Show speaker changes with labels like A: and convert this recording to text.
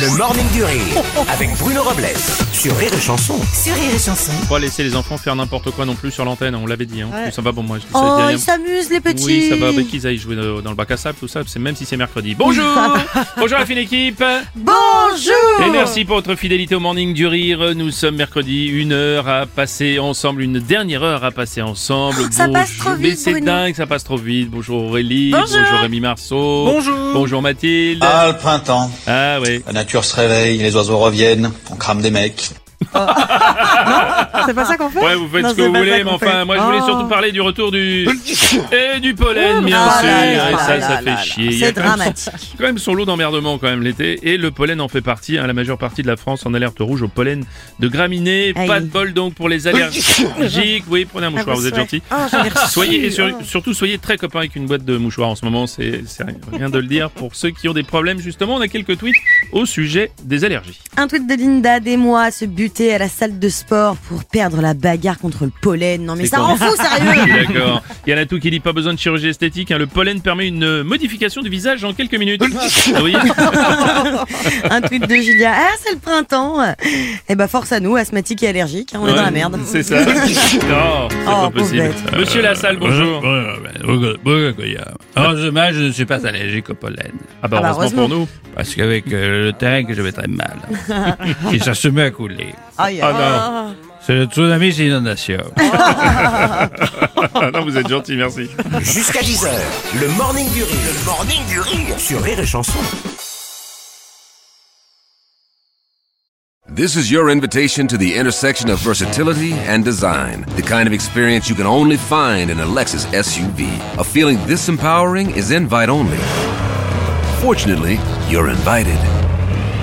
A: Le Morning du Rire, avec Bruno Robles, sur Rire et Chanson.
B: sur Rire et Chanson.
C: Faut pas laisser les enfants faire n'importe quoi non plus sur l'antenne, on l'avait dit. Hein.
B: Ouais.
C: Ça va pour moi, je dis ça, je dis
B: Oh,
C: rien.
B: ils s'amusent les petits.
C: Oui, ça va avec qu'ils aillent jouer euh, dans dans le bac à sable, tout ça, c'est même si c'est mercredi. Bonjour Bonjour la fine équipe
B: Bonjour.
C: Et merci pour votre fidélité au Morning du Rire. Nous sommes mercredi, une heure à passer ensemble, une dernière heure à passer ensemble.
B: Ça passe
C: Bonjour-
B: trop vite,
C: Mais c'est
B: Bruno.
C: dingue, ça passe trop vite. Bonjour Aurélie,
B: Bonjour.
C: Rémi Marceau. Bonjour Bonjour Mathilde.
D: Ah, le printemps.
C: Ah ouais.
D: La nature se réveille, les oiseaux reviennent, on crame des mecs.
E: C'est pas ça qu'on fait
C: Ouais, vous faites
E: Non,
C: ce que
E: c'est
C: vous
E: pas ça
C: voulez,
E: qu'on
C: mais enfin,
E: fait.
C: moi, je voulais
E: Oh.
C: surtout parler du retour du et du pollen, bien
B: Ah
C: sûr.
B: là là
C: et ça,
B: là
C: ça
B: là
C: fait
B: là là.
C: chier. Il y a
B: C'est
C: quand même son-
B: dramatique.
C: quand même son lot d'emmerdement quand même l'été et le pollen en fait partie. hein. La majeure partie de la France en alerte rouge au pollen de graminées.
B: Aïe.
C: Pas de bol donc pour les allergiques. Oui, prenez
B: Ah,
C: un mouchoir, vous êtes
B: ouais.
C: gentil.
B: Oh, j'en ai reçu.
C: Soyez et sur- surtout soyez très copains avec une boîte de mouchoirs en ce moment, c'est c'est rien de le dire. Pour ceux qui ont des problèmes, justement, on a quelques tweets au sujet des allergies.
B: Un tweet de Linda des mois à se buter à la salle de sport pour perdre la bagarre contre le pollen. Non mais
C: C'est
B: ça
C: quoi
B: rend fou
C: Je
B: sérieux.
C: suis D'accord. Il y en a tout qui dit pas besoin de chirurgie esthétique. hein. Le pollen permet une modification du visage en quelques minutes. Ah oui.
B: Un tweet de Julia. Ah c'est le printemps. Eh ben force à nous asthmatiques et allergiques. hein, On est dans la
C: Ouais,
B: merde.
C: C'est ça. non, c'est
B: pauvre
C: pas possible.
B: bête.
C: Monsieur Lassalle, bonjour.
F: Bonjour, bonjour, Goya. Heureusement, je ne suis pas allergique au pollen.
C: Ah bah,
B: Ah bah,
C: heureusement pour nous.
F: Parce qu'avec euh, le terrain que je vais très mal. Et ça se met à couler.
B: Aïe.
C: Ah
F: C'est le tsunami, c'est l'inondation.
C: Ah non, vous êtes gentil, merci.
A: Jusqu'à 10h, le Morning du Rire, le Morning du Rire, sur Rire et Chanson.
G: This is your invitation to the intersection of versatility and design. The kind of experience you can only find in a Lexus SUV. A feeling this empowering is invite only. Fortunately, you're invited.